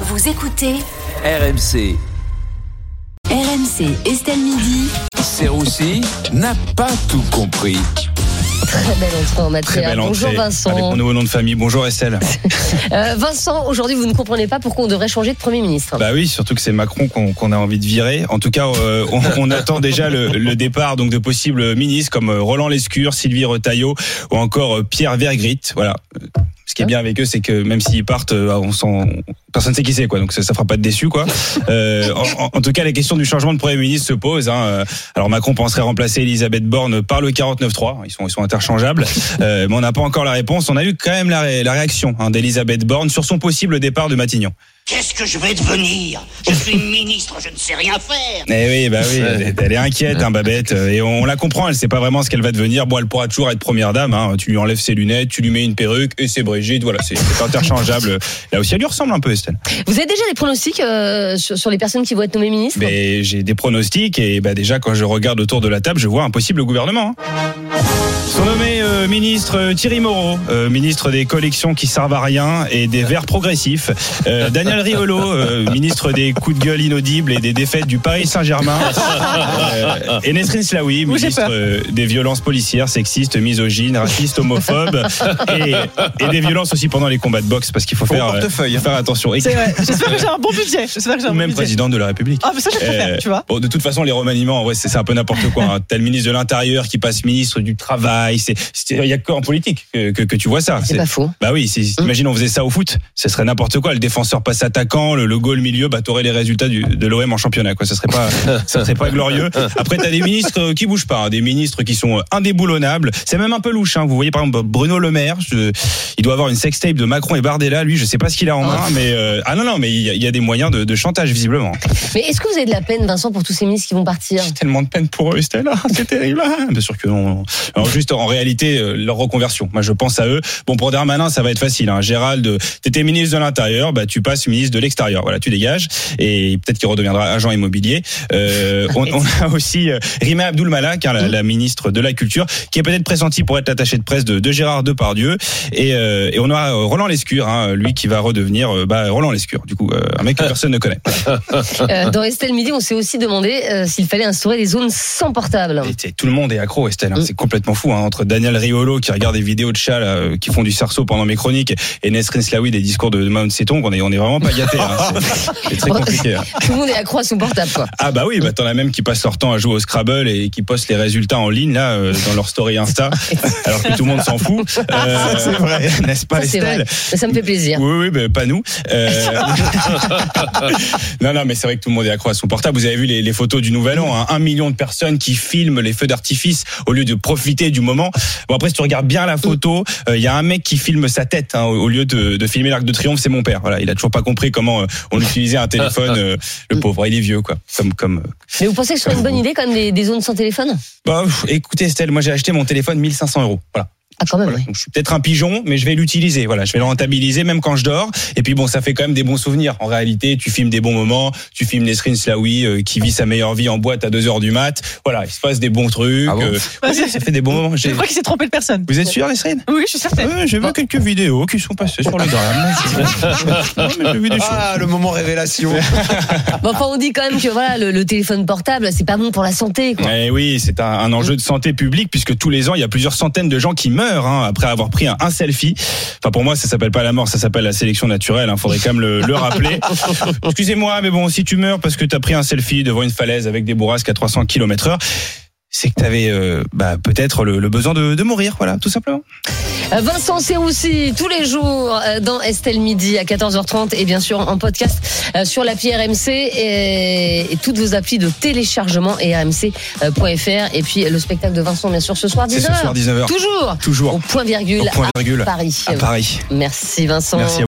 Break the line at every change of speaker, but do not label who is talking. Vous écoutez
RMC.
RMC Estelle Midi.
Serroussi n'a pas tout compris.
Très belle entrée en
Très
matière.
belle
Bonjour
entrée Avec
Vincent.
mon nouveau nom de famille. Bonjour Estelle.
Euh, Vincent, aujourd'hui vous ne comprenez pas pourquoi on devrait changer de Premier ministre.
bah oui, surtout que c'est Macron qu'on qu'on a envie de virer. En tout cas, euh, on, on attend déjà le, le départ donc de possibles ministres comme euh, Roland Lescure, Sylvie Retailleau ou encore euh, Pierre Vergrit. Voilà. Euh, Ce qui est bien avec eux, c'est que même s'ils partent, euh, on s'en- personne ne sait qui c'est quoi. Donc ça, ça fera pas de déçu quoi. Euh, en, en- en tout cas, la question du changement de premier ministre se pose. hein. Euh, Alors Macron penserait remplacer Elisabeth Borne par le 49-3. Ils sont, ils sont interchangeables. Euh, mais on n'a pas encore la réponse. On a eu quand même la, ré- la réaction hein, d'Elisabeth Borne sur son possible départ de Matignon.
Qu'est-ce que je vais devenir Je suis ministre, je ne sais rien faire.
Eh oui, bah oui, elle, elle est inquiète, hein, Babette. euh, Et on, la comprend, elle sait pas vraiment ce qu'elle va devenir. Bon, elle pourra toujours être première dame. Hein. Tu lui enlèves ses lunettes, tu lui mets une perruque et c'est Brigitte. Voilà, c'est c'est interchangeable. Là aussi, elle lui ressemble un peu, Estelle.
Vous avez déjà des pronostics euh, sur, sur les personnes qui vont être nommées ministres
Mais j'ai des pronostics et bah déjà, quand je regarde autour de la table, je vois un possible gouvernement. hein. Sont nommés euh, ministre euh, Thierry Moreau, euh, ministre des collections qui servent à rien et des verts progressifs. Euh, Daniel Riolo, euh, ministre des coups de gueule inaudibles et des défaites du Paris Saint-Germain. Euh, et Nesrin Slaoui, ministre euh, des violences policières, sexistes, misogynes, racistes, homophobes et, et des violences aussi pendant les combats de boxe parce qu'il faut faire, euh, faire attention. Et
C'est vrai. J'espère que j'ai un bon budget. J'espère que j'ai un
ou
bon
même
budget.
président de la République.
Ah, mais ça, je préfère,
Euh,
tu vois.
Bon, de toute façon, les remaniements, en vrai, c'est c'est un peu n'importe quoi. hein. T'as le ministre de l'Intérieur qui passe ministre du Travail. c'est- c'est- Il y a que en politique que, que, que tu vois ça.
C'est
C'est-
pas faux. Mm.
Bah oui, c'est- t'imagines, on faisait ça au foot, ce serait n'importe quoi. Le défenseur passe attaquant, le, le goal milieu, bah t'aurais les résultats du, de l'OM en championnat, quoi. Ce serait pas, ça serait pas glorieux. Après, t'as des ministres euh, qui bougent pas, hein, des ministres qui sont euh, indéboulonnables. C'est même un peu louche, hein. Vous voyez, par exemple, Bruno Le Maire, je- il doit avoir une sextape de Macron et Bardella. Lui, je sais pas ce qu'il a en
Oh.
main, mais euh, ah non, non, mais il y, a- il y a des moyens de, de chantage, visiblement.
Mais est-ce que vous avez de la peine, Vincent, pour tous ces ministres qui vont partir
J'ai tellement de peine pour eux, Estelle. Ah, C'est terrible. Ah, Bien sûr que non. Alors juste en réalité, euh, leur reconversion. Moi, je pense à eux. Bon, pour Darmanin, ça va être facile. Hein. Gérald, euh, t'étais ministre de l'Intérieur, bah tu passes ministre de l'Extérieur. Voilà, tu dégages. Et peut-être qu'il redeviendra agent immobilier. Euh, on, on a aussi euh, Rima Abdul Malak, la, la ministre de la Culture, qui est peut-être pressentie pour être l'attachée de presse de, de Gérard Depardieu. Et, euh, et on a euh, Roland Lescure, hein, lui qui va redevenir euh, bah, Roland Lescure. Du coup, euh, un mec que personne ne connaît.
Euh, Dans Estelle Midi, on s'est aussi demandé euh, s'il fallait instaurer des zones sans portable.
Et t'es- tout le monde est accro, Estelle. hein.
Hein. Mm.
C'est complètement fou. hein. Entre Daniel Riolo qui regarde des vidéos de chats là, euh, qui font du sarceau pendant mes chroniques et Nesrin Slaoui des discours de Mao tse on est, on est vraiment pas gâtés. hein. C'est- C'est très compliqué. hein.
Tout le monde est accro à son portable, quoi.
Ah bah oui, bah t'en as même qui passent leur temps à jouer au Scrabble et qui postent les résultats en ligne là euh, dans leur story Insta, alors que tout le monde s'en fout. c'est vrai, n'est-ce pas,
Ça, c'est vrai.
Estelle
Mais ça me fait plaisir.
oui, oui, mais pas nous. Euh, non, non, mais c'est vrai que tout le monde est accro à son portable. Vous avez vu les, les photos du Nouvel An, hein. un million de personnes qui filment les feux d'artifice au lieu de profiter du moment. Bon, après, si tu regardes bien la photo, euh, il y a un mec qui filme sa tête hein, au au lieu de, de filmer l'Arc de Triomphe, c'est mon père. Voilà, il a toujours pas compris comment euh, on utilisait un téléphone, euh, le pauvre. Il est vieux, quoi. Comme, comme. euh.
Mais vous pensez que ce serait une bonne idée, quand même, des, des zones sans téléphone
Bah, pff, écoutez, Estelle, moi j'ai acheté mon téléphone 1500 euros. Voilà.
Ah, quand même,
Voilà.
oui.
Donc, je suis peut-être un pigeon, mais je vais l'utiliser. Voilà, je vais le rentabiliser même quand je dors. Et puis bon, ça fait quand même des bons souvenirs. En réalité, tu filmes des bons moments, tu filmes Nesrin Slaoui euh, qui vit sa meilleure vie en boîte à 2 heures du mat. Voilà, il se passe des bons trucs.
Ah bon
euh,
Ouais,
oui, ça fait des bons moments.
Je
J'ai-
crois qu'il s'est trompé de personne.
Vous êtes sûr, Nesrin
Oui, je suis certaine.
Ouais,
Ah.
J'ai vu quelques vidéos qui sont passées sur le drame. Ouais, mais j'ai vu des choses.
Ah, le moment révélation.
Bon, enfin, on dit quand même que voilà, le, le téléphone portable, c'est pas bon pour la santé, quoi.
Eh oui, c'est un, un enjeu de santé publique puisque tous les ans, il y a plusieurs centaines de gens qui meurent hein, après avoir pris un, un selfie. Enfin, pour moi, ça s'appelle pas la mort, ça s'appelle la sélection naturelle. Hein, faudrait quand même le, le rappeler. Excusez-moi, mais bon, si tu meurs parce que t'as pris un selfie devant une falaise avec des bourrasques à 300 km heure, c'est que t'avais euh, bah, peut-être le, le besoin de, de mourir, voilà, tout simplement.
Euh, Vincent Serroussi, tous les jours euh, dans Estelle Midi à 14h30 et bien sûr en podcast euh, sur l'appli RMC et, et toutes vos applis de téléchargement et euh, rmc.fr. Et puis le spectacle de Vincent, bien sûr, ce soir
C'est
19h.
ce soir 19h.
Toujours,
Toujours.
au point virgule,
Au point virgule.
à Paris.
À Paris.
Merci Vincent.
Merci à vous.